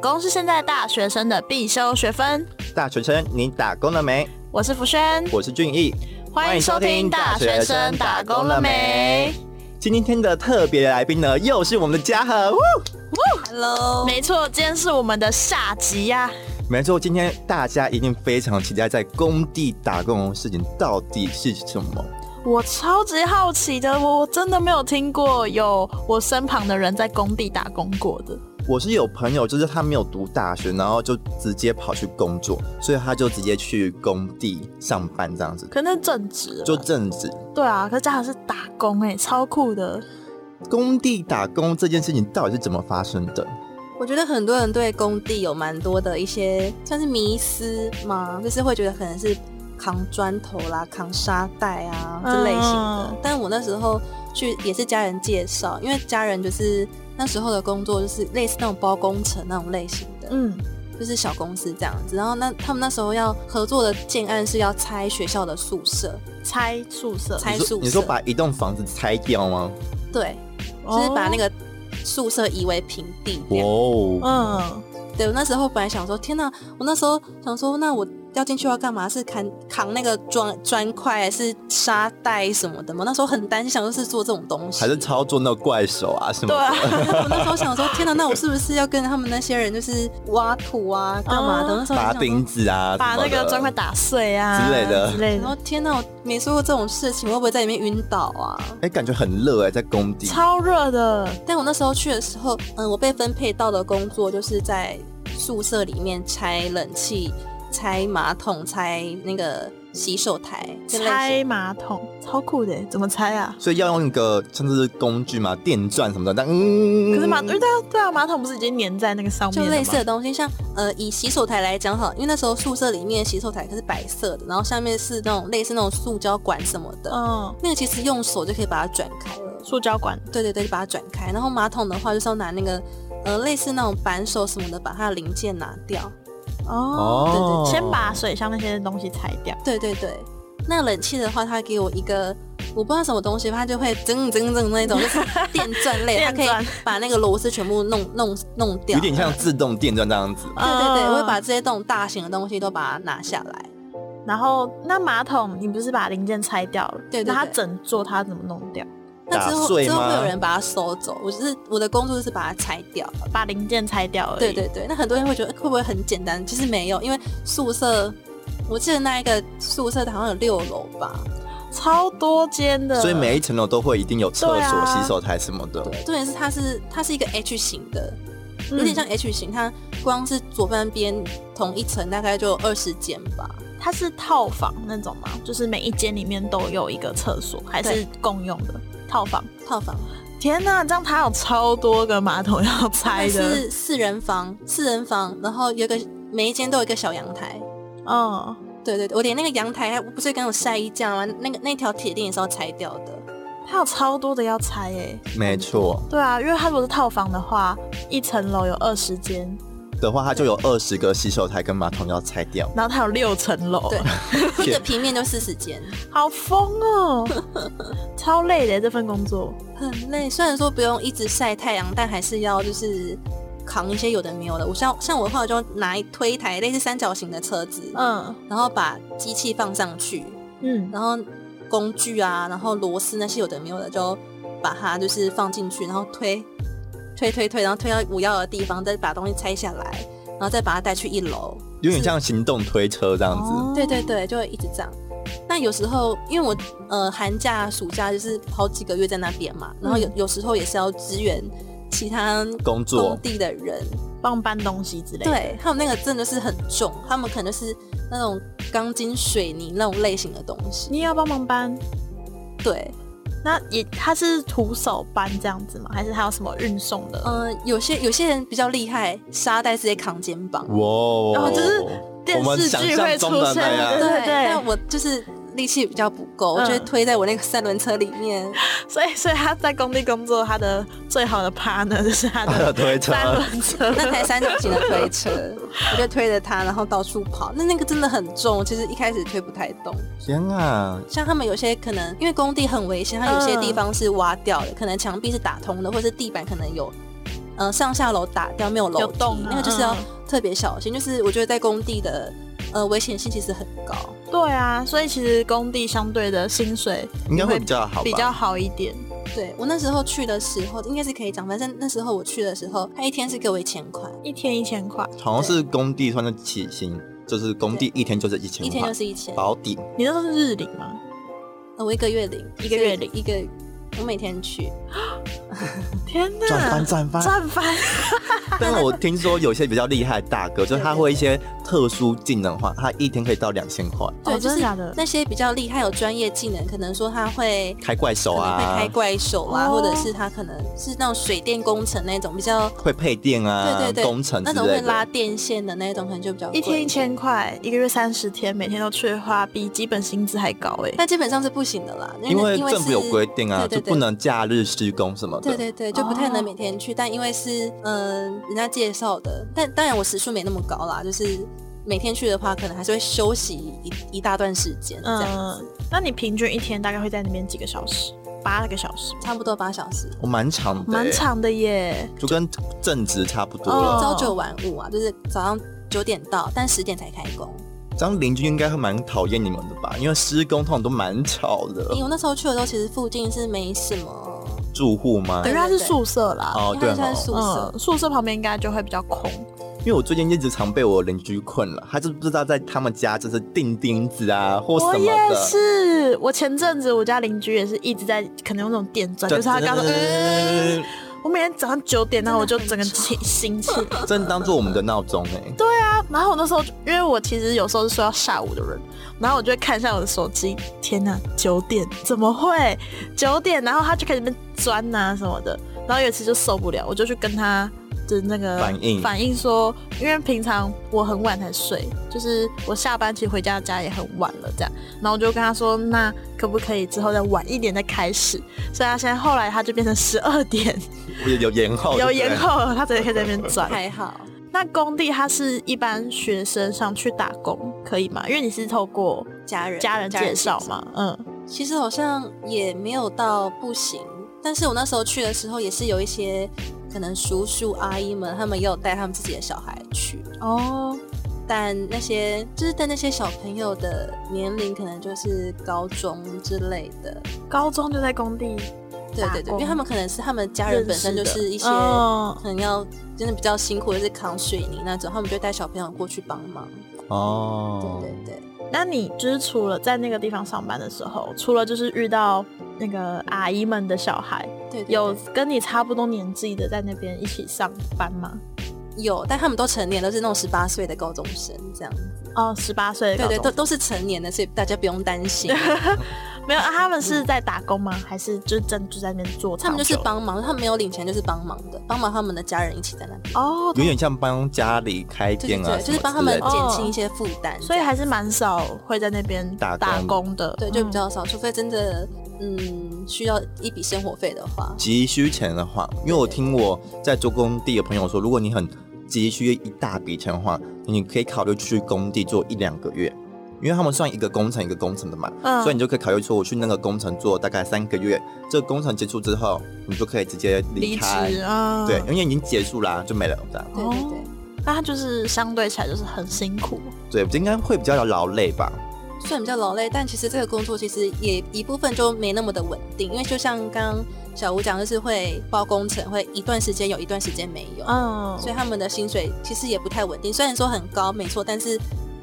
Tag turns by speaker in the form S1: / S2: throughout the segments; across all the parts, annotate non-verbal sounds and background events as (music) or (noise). S1: 工是现在大学生的必修学分。
S2: 大学生，你打工了没？
S1: 我是福轩，
S2: 我是俊逸，
S1: 欢迎收听《大学生打工了没》。
S2: 今天的特别来宾呢，又是我们的嘉禾。呜
S3: Hello，
S1: 没错，今天是我们的下集呀、
S2: 没错，今天大家一定非常期待在工地打工的事情到底是什么。
S1: 我超级好奇的，我真的没有听过有我身旁的人在工地打工过的。
S2: 我是有朋友，就是他没有读大学，然后就直接跑去工作，所以他就直接去工地上班这样子，
S1: 可能是正职吧，
S2: 就正职。
S1: 对啊，可是嘉禾是打工哎、超酷的。
S2: 工地打工这件事情到底是怎么发生的？
S3: 我觉得很多人对工地有蛮多的一些算是迷思嘛，就是会觉得可能是扛砖头啦、扛沙袋啊这类型的。
S1: 嗯
S3: 但我那时候去也是家人介绍，因为家人就是那时候的工作就是类似那种包工程那种类型的，
S1: 嗯，
S3: 就是小公司这样子。然后那他们那时候要合作的建案是要拆学校的宿舍，
S1: 拆宿舍，
S3: 拆
S2: 你
S3: 宿
S2: 说
S3: 舍，
S2: 你说把一栋房子拆掉吗？
S3: 对，
S1: 哦
S3: 就是把那
S1: 个、
S3: 个宿舍夷为平地这样。
S2: 哦，
S1: 嗯，
S3: 对，我那时候本来想说，天哪！我那时候想说，那我掉进去要干嘛？是扛扛那个砖砖块，还是沙袋什么的吗？我那时候很担心，想说是做这种东西。
S2: 还是操作那个怪手啊什
S1: (laughs)
S2: 么
S1: 对
S2: 的？
S1: 啊，
S3: (laughs) 我那时候想说，天哪！那我是不是要跟他们那些人就是挖土啊，干嘛的？
S1: 嗯
S3: 那时候
S2: 拔
S3: 还想
S2: 钉
S3: 说。
S2: 子啊，
S1: 把那
S2: (laughs)
S1: 个砖块打碎啊
S2: 之类的
S1: 之类
S3: 然后
S1: 的，
S3: 天哪，我没做过这种事情，我会不会在里面晕倒啊？
S2: 哎、诶感觉很热哎、在工地。
S1: 超热的。
S3: 但我那时候去的时候，嗯，我被分配到的工作就是在宿舍里面拆冷气、拆马桶、拆那个洗手台，这类型
S1: 拆马桶，超酷的耶，怎么拆啊？
S2: 所以要用一个像是工具嘛，电钻什么的，但嗯，
S1: 可是马，因为对啊，对啊，马桶不是已经粘在那个上面
S3: 就
S1: 了吗
S3: 类似的东西，像呃，以洗手台来讲好，因为那时候宿舍里面洗手台它是白色的，然后下面是那种类似那种塑胶管什么的，
S1: 嗯，
S3: 那个其实用手就可以把它转开了。
S1: 塑胶管，
S3: 对对对，就把它转开。然后马桶的话，就是要拿那个呃类似那种扳手什么的，把它的零件拿掉。
S1: 哦，
S2: 哦，
S1: 先把水箱那些东西拆掉，
S3: 对对对，那冷气的话，它给我一个我不知道什么东西，它就会噔噔噔那种，就是
S1: (laughs)
S3: 电钻类，它
S1: 电
S3: 可以
S1: 钻
S3: 把那个螺丝全部弄弄弄掉。
S2: 哦有点像自动电钻这样子。
S3: 对对对，
S1: 嗯
S3: 我会把这些这种大型的东西都把它拿下来。
S1: 然后那马桶，你不是把零件拆掉了？
S3: 对对
S1: 那
S3: 对
S1: 它整座它怎么弄掉？
S3: 那之
S2: 打
S3: 后
S2: 碎
S3: 之后
S2: 吗
S3: 会有人把它收走，我就是我的工作就是把它拆掉。
S1: 把零件拆掉而已。
S3: 对对对，那很多人会觉得呃会不会很简单？其实没有，因为宿舍，我记得那一个宿舍好像有六楼吧。
S1: 超多间的，
S2: 所以每一层楼都会一定有厕所、
S1: 对啊
S2: 洗手台什么的。
S3: 对，重点是它是它是一个 H 型的，
S1: 嗯
S3: 有点像 H 型，它光是左半边同一层大概就二十间吧。
S1: 它是套房那种吗？就是每一间里面都有一个厕所，还是
S3: 对
S1: 共用的套房？
S3: 套房
S1: 天哪，这样它有超多个马桶要
S3: 它
S1: 拆的，
S3: 是四人房，四人房，然后有一个每一间都有一个小阳台。
S1: 嗯。
S3: 对对对，我连那个阳台还不是跟我晒衣架吗？那个那条铁链也是要拆掉的。
S1: 它有超多的要拆诶、
S2: 没错，
S1: 对啊，因为它如果是套房的话，一层楼有二十间，
S2: 的话它就有二十个洗手台跟马桶要拆掉。
S1: 然后它有六层楼，
S3: 对，一个平面就四十间，
S1: 好疯哦，超累的这份工作。
S3: 很累。虽然说不用一直晒太阳，但还是要就是扛一些有的没有的。我像像我的话，我就拿一推一台类似三角形的车子，
S1: 嗯
S3: 然后把机器放上去，
S1: 嗯，
S3: 然后工具啊，然后螺丝那些有的没有的，就把它就是放进去，然后推推推推，然后推到我要的地方，再把东西拆下来，然后再把它带去一楼。
S2: 有点像行动推车这样子，
S1: 哦
S3: 对对对，就会一直这样。那有时候因为我呃寒假暑假就是好几个月在那边嘛，然后有、
S1: 嗯
S3: 有时候也是要支援其他
S2: 工作
S3: 工地的人，
S1: 帮搬东西之类的。
S3: 对他们那个真的是很重，他们可能就是那种钢筋水泥那种类型的东西。
S1: 你也要帮忙搬，
S3: 对，
S1: 那也他是徒手搬这样子吗？还是他有什么运送的？ (laughs)
S3: 嗯、有些有些人比较厉害，沙袋直接扛肩膀。
S2: 哇、哦
S1: 哦就是电
S2: 我们
S1: 视
S2: 想
S1: 剧
S2: 象
S1: 会
S2: 中
S1: 出
S2: 的
S1: 现
S2: 那
S1: 对
S2: 样。
S1: 嗯对
S3: 但我就是力气比较不够，我就会
S1: 嗯
S3: 推在我那个三轮车里面。
S1: 所以所以他在工地工作，他的最好的 partner 就是他
S2: 他
S1: 的
S2: 的推
S1: (laughs)
S2: (laughs) 车
S1: 三轮车。
S3: 那台三角形的推车，
S1: (laughs)
S3: 我就推着它，然后到处跑。那那个真的很重，其实一开始推不太动。
S2: 天啊，
S3: 像他们有些可能因为工地很危险，它有些地方是挖掉的，可能墙壁是打通的，或是地板可能有呃上下楼打掉，没有楼
S1: 有
S3: 梯
S1: 洞啊，
S3: 那个就是要
S1: 嗯
S3: 特别小心。就是我觉得在工地的呃危险性其实很高，
S1: 对啊，所以其实工地相对的薪水
S2: 应该
S1: 会
S2: 会比较好吧？
S1: 比较好一点。
S3: 对我那时候去的时候，应该是可以讲，反正那时候我去的时候，他一天是给我一千块，
S1: 一天一千块，
S2: 好像是工地算的起薪，就是工地一天就是一千
S3: 一天
S2: 块
S3: 就，是一千，
S2: 保底。
S1: 你那是日领吗？
S3: 呃我一个月领，
S1: 一个月领
S3: 所以一个，我每天去，
S1: 天
S3: 啊
S1: 哪，
S2: 赚翻赚翻！
S1: 赚翻！
S2: 但是我听说有些比较厉害的大哥，就是他会一些特殊技能的话，他一天可以到两千块，
S1: 哦
S3: 对，就
S1: 真的
S3: 是
S1: 假的
S3: 那些比较厉害有专业技能，可能说他会
S2: 开怪手
S3: 可能会
S2: 啊
S3: 开，怪手啊，
S1: 哦
S3: 或者是他可能是那种水电工程那种比较，
S2: 会配电啊，
S3: 对对对，
S2: 工程之
S3: 那种会
S2: 类
S3: 拉
S2: 的。
S3: 电线的那种，可能就比较贵
S1: 一天一。千块，一个月三十天，每天都去的话，比基本薪资还高哎、
S3: 但基本上是不行的啦，
S2: 因为
S3: 因为
S2: 政府
S3: 是
S2: 有规定啊，
S3: 对对
S2: 就
S3: 对
S2: 不能假日施工什么
S3: 对
S2: 的。
S3: 对对，就不太
S1: 哦
S3: 能每天去，但因为是嗯、呃人家介绍的，但当然我时数没那么高啦，就是每天去的话，可能还是会休息一一大段时间这样子，
S1: 嗯，那你平均一天大概会在那边几个小时？八个小时，
S3: 差不多八小时，
S2: 我蛮长的、欸，
S1: 蛮，长的耶。
S2: 就跟正职差不多
S1: 哦
S2: 了。
S3: 朝九晚五啊，就是早上九点到，但十点才开工。
S2: 这样邻居应该会蛮讨厌你们的吧？因为施工通常都蛮吵的
S3: 因为，我那时候去的时候，其实附近是没什么，
S2: 住户吗
S1: 可？是它是宿舍啦，
S2: 哦，
S3: 因为
S2: 对
S3: 它现在
S2: 哦，
S3: 宿舍，
S1: 嗯，宿舍旁边应该就会比较空。
S2: 因为我最近一直常被我邻居困了，他就不知道在他们家就是钉钉子啊或
S1: 我
S2: 什么
S1: 也
S2: 的。
S1: 是，我前阵子我家邻居也是一直在，可能用那种电钻，就是他刚说，
S2: 呃
S1: 嗯，我每天早上九点，然后我就整个起心气
S2: 真的当做我们的闹
S1: (laughs)
S2: 钟哎，
S1: 然后我那时候就，因为我其实有时候是睡到下午的人，然后我就会看一下我的手机，天哪，九点怎么会九点？然后他就开始那边钻呐、什么的，然后有一次就受不了，我就去跟他的那个
S2: 反应
S1: 反应说，因为平常我很晚才睡，就是我下班其实回家家也很晚了这样，然后我就跟他说，那可不可以之后再晚一点再开始？所以他现在后来他就变成十二点，
S2: 我有延后，
S1: 有
S2: 对不对
S1: 延。后了，他直接开始在那边钻。
S3: 还好。
S1: 那工地它是一般学生上去打工可以吗？因为你是透过
S3: 家人
S1: 家人介绍，嘛，嗯，
S3: 其实好像也没有到不行，但是我那时候去的时候也是有一些可能叔叔阿姨们，他们也有带他们自己的小孩去，
S1: 哦，
S3: 但那些就是但那些小朋友的年龄可能就是高中之类的，
S1: 高中就在工地，
S3: 对
S1: 打
S3: 对对，
S1: 工
S3: 因为他们可能是他们家人本身就是一些
S1: 嗯
S3: 可能要真的比较辛苦，就是扛水泥那种，他们就带小朋友过去帮忙，
S2: 哦，
S3: 对对对。
S1: 那你就是除了在那个地方上班的时候，除了就是遇到那个阿姨们的小孩，
S3: 对对对
S1: 有跟你差不多年纪的在那边一起上班吗？
S3: 有，但他们都成年，都是那种十八岁的高中生这样子。
S1: 哦，十八岁的
S3: 对
S1: 高
S3: 对，
S1: 中
S3: 都都是成年的，所以大家不用担心。
S1: 没有、啊，他们是在打工吗？还是就是真就在那边做
S3: 他
S1: 长久？
S3: 们就是帮忙，他们没有领钱，就是帮忙的，帮忙他们的家人一起在那边，
S1: 哦，
S2: 有点像帮家里开
S3: 对
S2: 店
S3: 对
S2: 啊，
S3: 对，就
S2: 什
S3: 是
S2: 么
S3: 帮他
S2: 之
S3: 们
S2: 类的
S1: 哦
S3: 减轻一些负担，
S1: 所以还是蛮少会在那边
S2: 打工
S1: 工的，
S3: 对，就比
S1: 嗯
S3: 较少，除非真的嗯需要一笔生活费的话，
S2: 急需钱的话，因为我
S3: 对
S2: 听我在做工地的朋友说，如果你很急需一大笔钱的话，你可以考虑去工地做一两个月，因为他们算一个工程一个工程的嘛，
S1: 嗯
S2: 所以你就可以考虑说，我去那个工程做大概三个月，这个工程结束之后，你就可以直接离
S1: 离
S2: 开。
S1: 职啊，
S2: 对，因为已经结束啦、就没了这样。
S3: 对对
S1: 哦
S3: 对。
S1: 那他就是相对起来就是很辛苦，
S2: 对，应该会比较劳累吧。
S3: 虽然比较劳累，但其实这个工作其实也一部分就没那么的稳定，因为就像刚刚小吴讲，就是会包工程，会一段时间有一段时间没有，
S1: 嗯，
S3: 所以他们的薪水其实也不太稳定。虽然说很高，没错，但是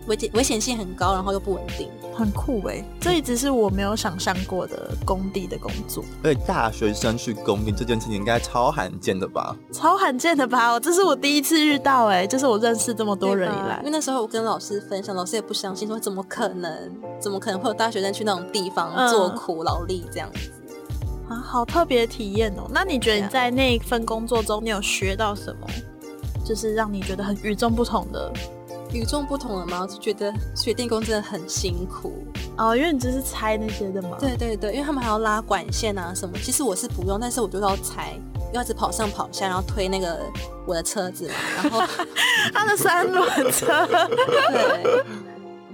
S3: 危险危险性很高，然后又不稳定。
S1: 很酷哎、这一直是我没有想象过的工地的工作，
S2: 而且大学生去工地这件事情应该超罕见的吧？
S1: 超罕见的吧？这是我第一次遇到哎、这是我认识这么多人以
S3: 对吧
S1: 来
S3: 因为，那时候我跟老师分享，老师也不相信，说怎么可能？怎么可能会有大学生去那种地
S1: 嗯
S3: 方做苦劳力这样子？
S1: 啊，好特别的体验哦、那你觉得
S3: 对
S1: 你
S3: 啊
S1: 在那一份工作中，你有学到什么？就是让你觉得很与众不同的
S3: 与众不同了吗？我就觉得学电工真的很辛苦。
S1: 哦，因为你只是拆那些的嘛。
S3: 对对对，因为他们还要拉管线啊什么。其实我是不用，但是我就要踩，又要一直跑上跑下，然后推那个我
S2: (laughs)
S3: 的车子嘛，然后
S1: 他的三轮车，
S3: 对。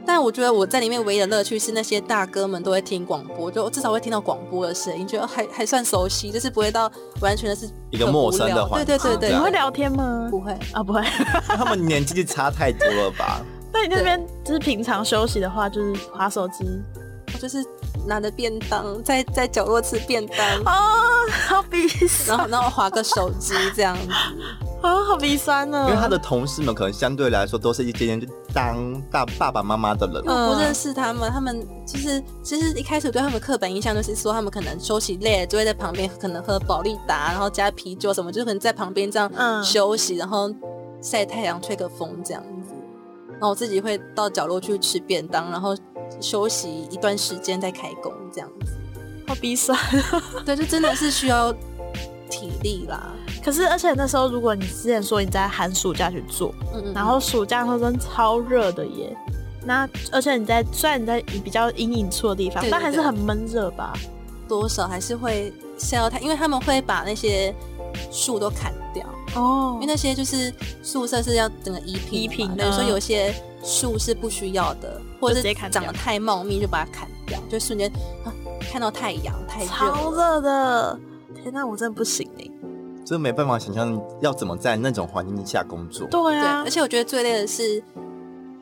S3: 但我觉得我在里面唯一的乐趣是那些大哥们都会听广播，就至少会听到广播的声音，觉得还还算熟悉，就是不会到完全的是
S2: 一个
S3: 很无
S2: 陌生的
S3: 聊
S2: 环
S3: 对
S2: 境
S3: 对对
S2: 这
S1: 你
S2: 样
S1: 会
S3: 对，
S1: 聊天吗？
S3: 不会。
S1: 啊，不会。
S2: 他们年纪就差太多了吧？
S1: 那你那边就是平常休息的话，就是划手机
S3: 我就是拿着便当在在角落吃便当，
S1: 哦，好鼻酸
S3: 然后然后划个手机这样子。
S1: 啊，好鼻酸呢、
S2: 因为他的同事们可能相对来说都是一些当大爸爸妈妈的人
S1: 嗯
S3: 因，为我不认识他们，他们就是其实一开始我对他们的刻板印象就是说，他们可能休息累了就会在旁边可能喝保利达，然后加啤酒什么，就是可能在旁边这
S1: 嗯
S3: 样休息，然后晒太阳、吹个风这样子。然后我自己会到角落去吃便当，然后休息一段时间再开工这样子。
S1: 好鼻酸。
S3: (laughs)
S1: (laughs)
S3: 对，就真的是需要体力啦。
S1: 可是，而且那时候，如果你之前说你在寒暑假去做，
S3: 嗯嗯，
S1: 然后暑假那时候真的超热的耶。那而且你在虽然你在比较阴影处的地方，
S3: 对对
S1: 但还是很闷热吧？
S3: 多少还是会晒到它，因为他们会把那些树都砍掉。
S1: 哦
S3: 因为那些就是宿舍是要整个移平
S1: 移平
S3: 等于说
S1: 嗯
S3: 有些树是不需要的，或者
S1: 直接
S3: 是
S1: 砍掉
S3: 长得太茂密就把它砍掉，就瞬间啊看到太阳太热
S1: 哦超热
S3: 了，
S1: 啊的，天哪，我真的不行哎。
S2: 真的没办法想象要怎么在那种环境下工作。
S1: 对
S3: 对，
S1: 啊
S3: 而，且我觉得最累的是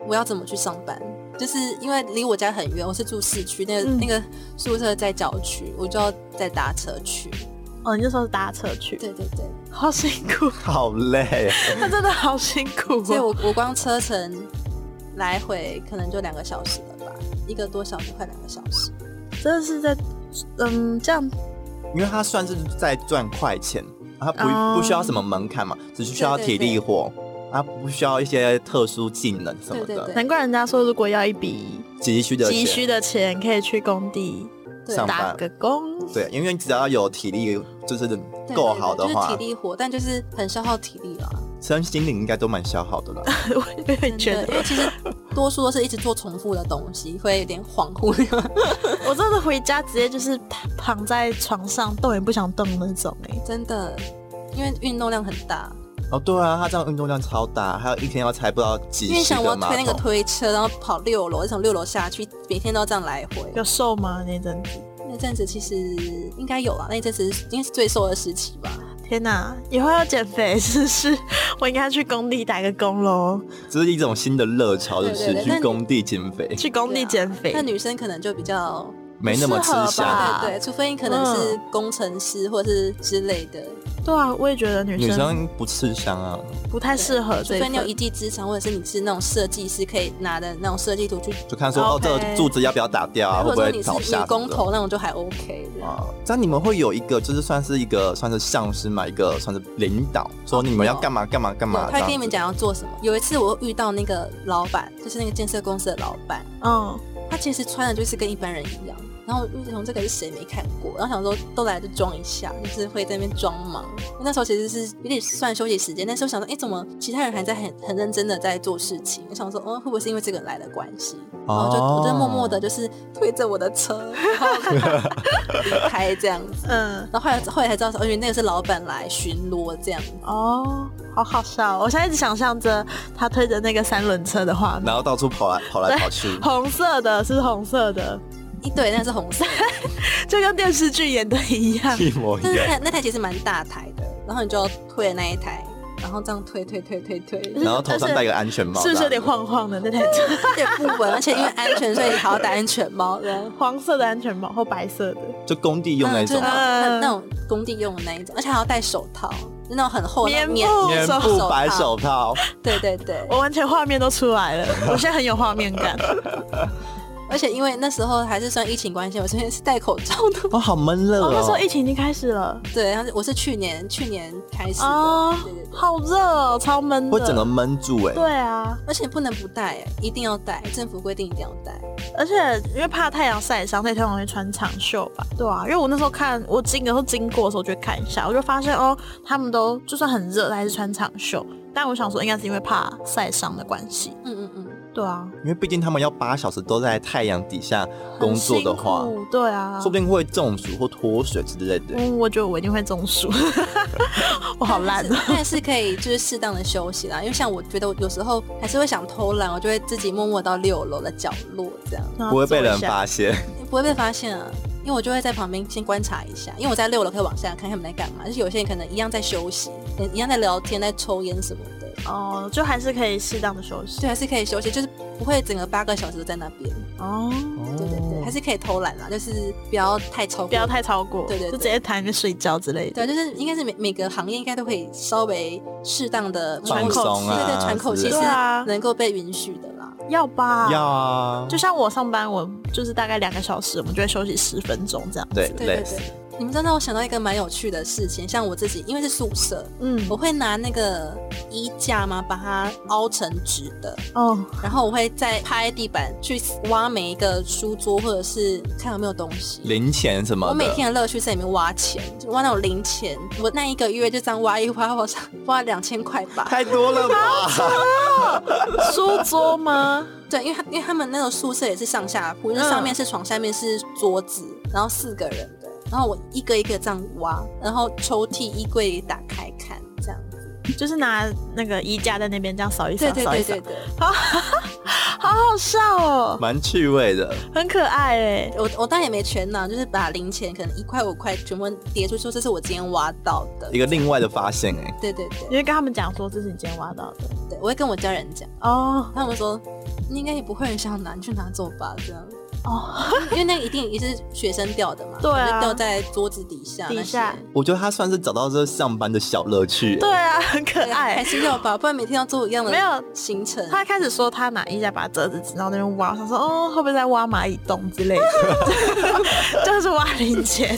S3: 我要怎么去上班，就是因为离我家很远，我是住市区，那个、
S1: 嗯
S3: 那个宿舍在郊区，我就要再搭车去。
S1: 哦，你那时候是搭车去，
S3: 对对对，
S1: 好辛苦，
S2: 好累，啊
S1: 他真的好辛苦
S3: 所以
S1: 哦。
S3: 我我光车程来回可能就两个小时了吧，一个多小时，快两个小时。
S1: 真的是在，嗯，这样
S2: 因为他算是在赚快钱，他不、
S1: 哦
S2: 不需要什么门槛嘛，只是需要
S3: 对
S2: 体
S3: 对对
S2: 力活，他不需要一些特殊技能什么
S3: 对对
S2: 的，
S1: 难怪人家说，如果要一笔
S2: 急需的
S1: 急需
S2: 钱
S1: 的钱，可以去工地
S3: 对
S2: 上
S1: 打
S2: 班。
S1: 个工。
S2: 对，因为只要有体力，就是
S3: 对
S2: 够
S3: 对对
S2: 好的
S3: 就
S2: 话
S3: 是，体力活，但就是很消耗体力啦。
S2: 身心灵应该都蛮消耗
S3: (laughs)
S2: 的啦。
S1: 我有点觉
S3: 真的因
S1: 得，
S3: 为其实多数都是一直做重复的东西，会有点恍惚。
S1: 我真的回家直接就是躺在床上动也不想动那种哎、
S3: (laughs) 真的，因为运动量很大。
S2: 哦，对啊，他这样运动量超大，还有一天要拆不知道几
S3: 因为
S2: 十
S3: 想
S2: 个
S3: 我要
S2: 马
S3: 推那个
S2: 桶。
S3: 推车，然后跑六楼，再从六楼下去，每天都要这样来回。
S1: 有瘦吗那阵子？
S3: 那阵子其实应该有啊，那阵子应该是最瘦的时期吧。
S1: 天哪，以后要减肥是不是？我应该去工地打个工喽，
S2: 这是一种新的热潮，就
S3: 对对
S2: 是
S3: 对
S2: 去
S3: 但
S2: 工地减肥，
S1: 去工地减 (laughs) 肥。
S3: 那女生可能就比较，
S2: 没那么吃
S1: 不适合
S2: 香。
S1: 吧
S3: 对对，除非你可能是工程师或是之类的，
S1: 对啊，我也觉得女
S2: 女
S1: 生
S2: 生不吃香啊，
S1: 不太适合
S3: 除
S1: 这
S3: 非你有
S1: 份
S3: 一。技之长，或者是你是那种设计师可以拿的那种设计图去
S2: 就看说哦，这
S1: OK
S2: 个柱子要不要打掉啊，会
S3: 或
S2: 不
S3: 者说
S2: 会
S3: 你是
S2: 倒下
S3: 女
S2: 什么
S3: 工
S2: 的。
S3: 头那种就还 OK 这样。
S2: 啊，这样你们会有一个，就是算是一个算是上司嘛，一个算是领导，说你们要干嘛干嘛干嘛
S3: 有，
S2: 这
S3: 他会
S2: 样
S3: 跟你们
S2: 子。
S3: 讲要做什么。有一次我遇到那个老板，就是那个建设公司的老板，
S1: 嗯，
S3: 他其实穿的就是跟一般人一样。然后我就想这个是谁没看过，然后想说都来就装一下，就是会在那边装忙。那时候其实是有点算休息时间，但是我想说，哎，怎么其他人还在很很认真的在做事情？我想说，哦，会不会是因为这个人来的关系？然哦后就
S2: 哦
S3: 我就默默的就是推着我的车，然后 (laughs) 离开这样子。
S1: 嗯，
S3: 然后后来后来才知道说，哦，原来那个是老板来巡逻这样子。
S1: 哦，好好笑哦、我现在一直想象着他推着那个三轮车的画面
S2: 然，后到处跑来跑来跑去，
S1: 红色的，是红色的，
S3: 一对，那是红
S2: (laughs)
S3: 色的，
S1: 就跟电视剧演的一样。
S2: 一模一
S3: 但是那 (laughs)
S2: 样。
S3: 台那台其实蛮大台的，然后你就要推了那一台，然后这样推推推推
S2: (laughs)
S3: 推，有
S2: 然后头上戴个安全帽，
S1: 是不是有
S2: 这
S1: 点
S2: 样子？
S1: 晃晃的那台车？
S2: (laughs)
S3: 点不稳，而且因为安全，所以还要戴安全帽这样。
S1: 黄色的安全帽或白色的，
S2: 就工地用那
S3: 嗯就
S2: 种
S3: 是那
S2: 啊
S3: 种那那种工地用的那一种，而且还要戴手套，就那种很厚的那种
S1: 棉
S3: 棉
S1: 布
S2: 棉
S1: 手
S2: 布白
S3: 哦套
S2: 手套，
S3: 对对对，
S1: 我完全画面都出
S2: (laughs)
S1: 来了，我现在很有画面感。
S3: 而且因为那时候还是算疫情关系，我现在是戴口罩的。 (laughs)
S2: 哦，好闷热
S1: 哦，那时候
S2: 哦。
S1: 疫情已经开始了
S3: 对，然后我是去年去年开始的，
S1: 哦
S3: 对对，对，
S1: 好热哦，超闷的。
S2: 会整个闷住哎，
S1: 对啊，
S3: 而且不能不戴，一定要戴，政府规定一定要戴。
S1: 而且因为怕太阳晒伤，所以通常会穿长袖吧。对啊，因为我那时候看我经有时候经过的时候，就会看一下，我就发现哦，他们都就算很热，还是穿长袖。但我想说，应该是因为怕晒伤的关系。
S3: 嗯嗯嗯，
S1: 对对啊，
S2: 因为毕竟他们要八小时都在太阳底下
S1: 很
S2: 工作的
S1: 辛
S2: 话，
S1: 苦，对啊，
S2: 说不定会中暑或脱水之类的。
S1: 嗯，我觉得我一定会中暑，我好烂
S3: 但
S1: 啊！
S3: 是但是可以就是适当的休息啦，因为像我觉得我有时候还是会想偷懒，我就会自己默默到六楼的角落这样，
S1: 然后
S2: 不会被
S1: 坐一
S2: 人
S1: 下
S2: 发现，
S3: 不会被发现啊。因为我就会在旁边先观察一下，因为我在六楼可以往下看他们在干嘛。就是有些人可能一样在休息，呃一样在聊天、在抽烟什么的，
S1: 哦，就还是可以适当的休息
S3: 就还是可以休息，就是不会整个八个小时都在那边。
S1: 哦，
S3: 对对对，还是可以偷懒啦，就是不要太超过，
S1: 不要太超过，
S3: 对对对
S1: 就直接躺在那边睡觉之类的。
S3: 对，啊就是应该
S2: 嗯
S3: 是每每个行业应该都可以稍微适当的
S2: 放松啊
S3: 对对，喘口
S2: 之
S3: 气
S2: 类
S3: 是
S2: 的
S1: 对啊
S3: 能够被允许的啦。
S1: 要吧？
S2: 要。啊，
S1: 就像我上班，我就是大概两个小时，我们就会休息十分钟这样。
S2: 对
S3: 对
S2: 类
S3: 对
S2: 似
S3: 对，你们知道我想到一个蛮有趣的事情，像我自己因为是宿舍，
S1: 嗯，
S3: 我会拿那个衣架嘛，把它凹成直的，
S1: 哦，
S3: 然后我会再拍地板去挖每一个书桌或者是看有没有东西。
S2: 零钱什么的。
S3: 我每天的乐趣是在里面挖钱，就挖那种零钱。我那一个月就这样挖一挖，我上挖两千块吧。
S2: 太多了吧？
S1: 书桌吗？
S3: 对，因为他因为他们那个宿舍也是上下铺，就是
S1: 嗯
S3: 上面是床，下面是桌子，然后四个人的。然后我一个一个这样挖，然后抽屉、衣柜也打开看，这样。
S1: 就是拿那个衣架在那边这样扫一扫
S3: 对，对
S1: 扫一
S3: 对
S1: 扫
S3: 对，对，
S1: 好好笑哦，
S2: 蛮趣味的，
S1: 很可爱哎。
S3: 我我当然也没全拿，就是把零钱可能一块五块全部叠出去，说这是我今天挖到的
S2: 一。个另外的发现哎、
S3: 对对
S1: 你
S3: 对
S1: 会跟他们讲说这是你今天挖到的
S3: 对，我会跟我家人讲，
S1: 哦
S3: 他们说你应该也不会很想拿，你去拿走吧，这样。 (laughs)
S1: 哦，
S3: 因为那个一定也是学生掉的嘛，
S1: 对啊
S3: 就是掉在桌子底下那些，
S1: 底下
S2: 我觉得他算是找到这上班的小乐趣、欸。
S1: 对啊，很可
S3: 对啊，还
S1: 爱。
S3: 是要吧，不然每天要做一样的
S1: 没有
S3: 行程。
S1: 他开始说他拿衣架把折子纸，然后在那边挖，我想说哦，会不会在挖蚂蚁洞之类
S3: (laughs)
S1: 的？就是挖零钱。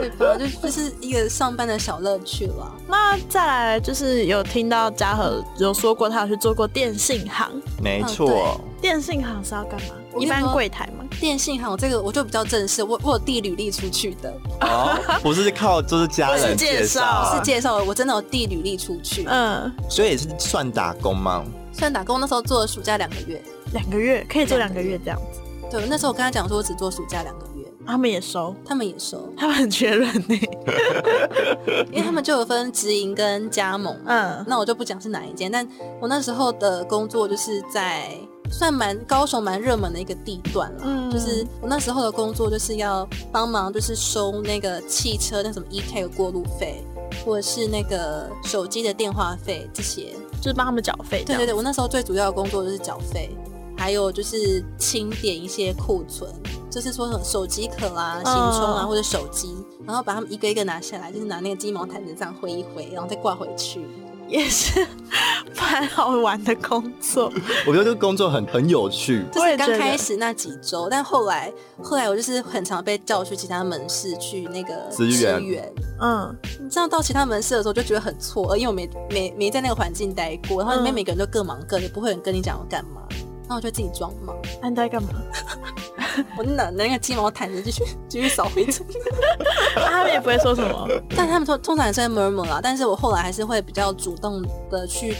S3: 对吧？就就是一个上班的小乐趣啦。
S1: (laughs) 那再来就是有听到嘉禾有说过，他有去做过电信行。
S2: 没错，
S3: 嗯
S1: 电信行是要干嘛？
S3: 我跟你
S1: 一般
S3: 说
S1: 柜台吗？
S3: 电信行我这个我就比较正式，我我有递履历出去的，
S2: 哦，不是靠就是家
S3: (laughs)
S1: 不是
S2: 人
S1: 介
S2: 介
S1: 绍
S2: 绍啊
S3: 是，介绍我真的有递履历出去。
S1: 嗯，
S2: 所以也是算打工吗？
S3: 虽然打工那时候做了暑假两个月，
S1: 两个月可以做两
S3: 两
S1: 个
S3: 个
S1: 月这样子，
S3: 对，那时候我跟他讲说我只做暑假两个月，
S1: 他们也收，
S3: 他们也收，
S1: 他们很缺人
S3: (laughs)
S1: 呢、
S3: 因为他们就有分直营跟加盟嘛。
S1: 嗯，
S3: 那我就不讲是哪一间，但我那时候的工作就是在算蛮高雄蛮热门的一个地段了，
S1: 嗯
S3: 就是我那时候的工作就是要帮忙就是收那个汽车那什么 EK 的过路费，或者是那个手机的电话费这些。
S1: 就是帮他们缴费这
S3: 对
S1: 样。
S3: 对对，我那时候最主要的工作就是缴费。还有就是清点一些库存，就是说什么手机壳啊、
S1: 嗯
S3: 行充啊、或者手机，然后把它们一个一个拿下来，就是拿那个鸡毛掸子这样挥一挥，然后再挂回去。
S1: 也是蛮好玩的工作。
S2: 我觉得这个工作很很有趣，
S3: 就
S1: 我也
S3: 是
S1: 觉
S3: 刚
S1: 得
S3: 开始那几周，但后来后来我就是很常被叫去其他门市去那个
S2: 支援
S1: 嗯，
S3: 你知道到其他门市的时候就觉得很错愕，因为我没没没在那个环境待过，然后里面
S1: 嗯
S3: 每个人都各忙各的，不会有人跟你讲要干嘛。然后我就自己装忙，
S1: 那你在
S3: (laughs)
S1: 干嘛？
S3: 我就拿拿那个鸡毛掸子继续 (laughs) 继续扫灰尘。
S1: 啊他们也不会说什么。
S3: 但他们通通常还是会 murmur 啦，但是我后来还是会比较主动的去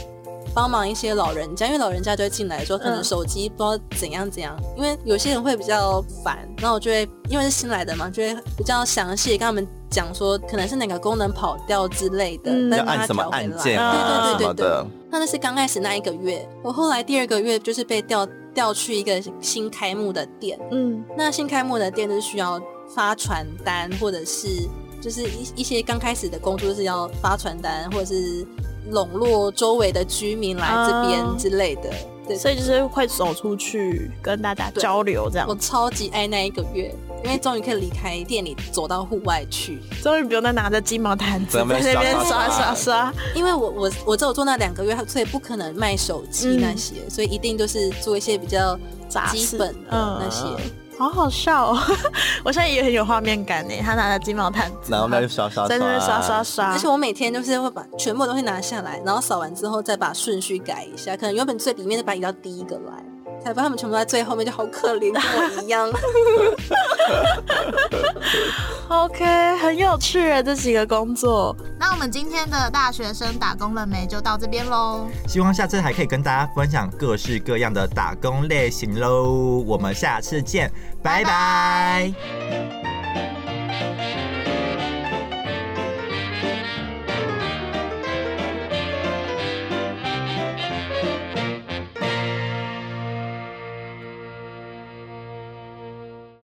S3: 帮忙一些老人家，因为老人家就会进来说，可能
S1: 嗯
S3: 手机不知道怎样怎样，因为有些人会比较烦，然后我就会因为是新来的嘛，就会比较详细地跟他们讲说，可能是哪个功能跑掉之类的，
S1: 嗯
S3: 但
S2: 要
S3: 是
S2: 按
S3: 他
S2: 什么
S3: 调回
S2: 按
S3: 来。
S2: 键啊
S3: 对对
S2: 什么
S3: 对对对。
S2: 的，
S3: 那那是刚开始那一个月，我后来第二个月就是被调调去一个新开幕的店，
S1: 嗯，
S3: 那新开幕的店就是需要发传单，或者是就是一一些刚开始的工作就是要发传单，或者是笼络周围的居民来这
S1: 哦
S3: 边之类的。对，
S1: 所以就是会走出去跟大家
S3: 对
S1: 交流这样
S3: 我。超级爱那一个月，因为终于可以离开店里走到户外去。
S1: 终于不用再拿着鸡毛掸子在
S2: 在那边
S1: 那边刷
S2: 刷
S1: 刷
S2: 刷
S1: 刷。
S3: 因为我我我只有做那两个月，所以不可能卖手机
S1: 嗯
S3: 那些，所以一定就是做一些比较
S1: 杂
S3: 基
S1: 事
S3: 本的那些。
S1: 嗯好好笑哦！ (laughs) 我现在也很有画面感呢。他拿着鸡毛掸子，
S2: 然后那就刷刷
S1: 在那边刷刷
S2: 刷，
S1: 刷，
S3: 而且我每天就是会把全部东西拿下来，然后扫完之后再把顺序改一下，可能原本最里面的把它移到第一个来，才把他们全部在最后面，就好可怜，跟我一样。
S1: OK，很有趣啊，这几个工作。
S4: 那我们今天的大学生打工了没就到这边喽，
S2: 希望下次还可以跟大家分享各式各样的打工类型喽。我们下次见，拜拜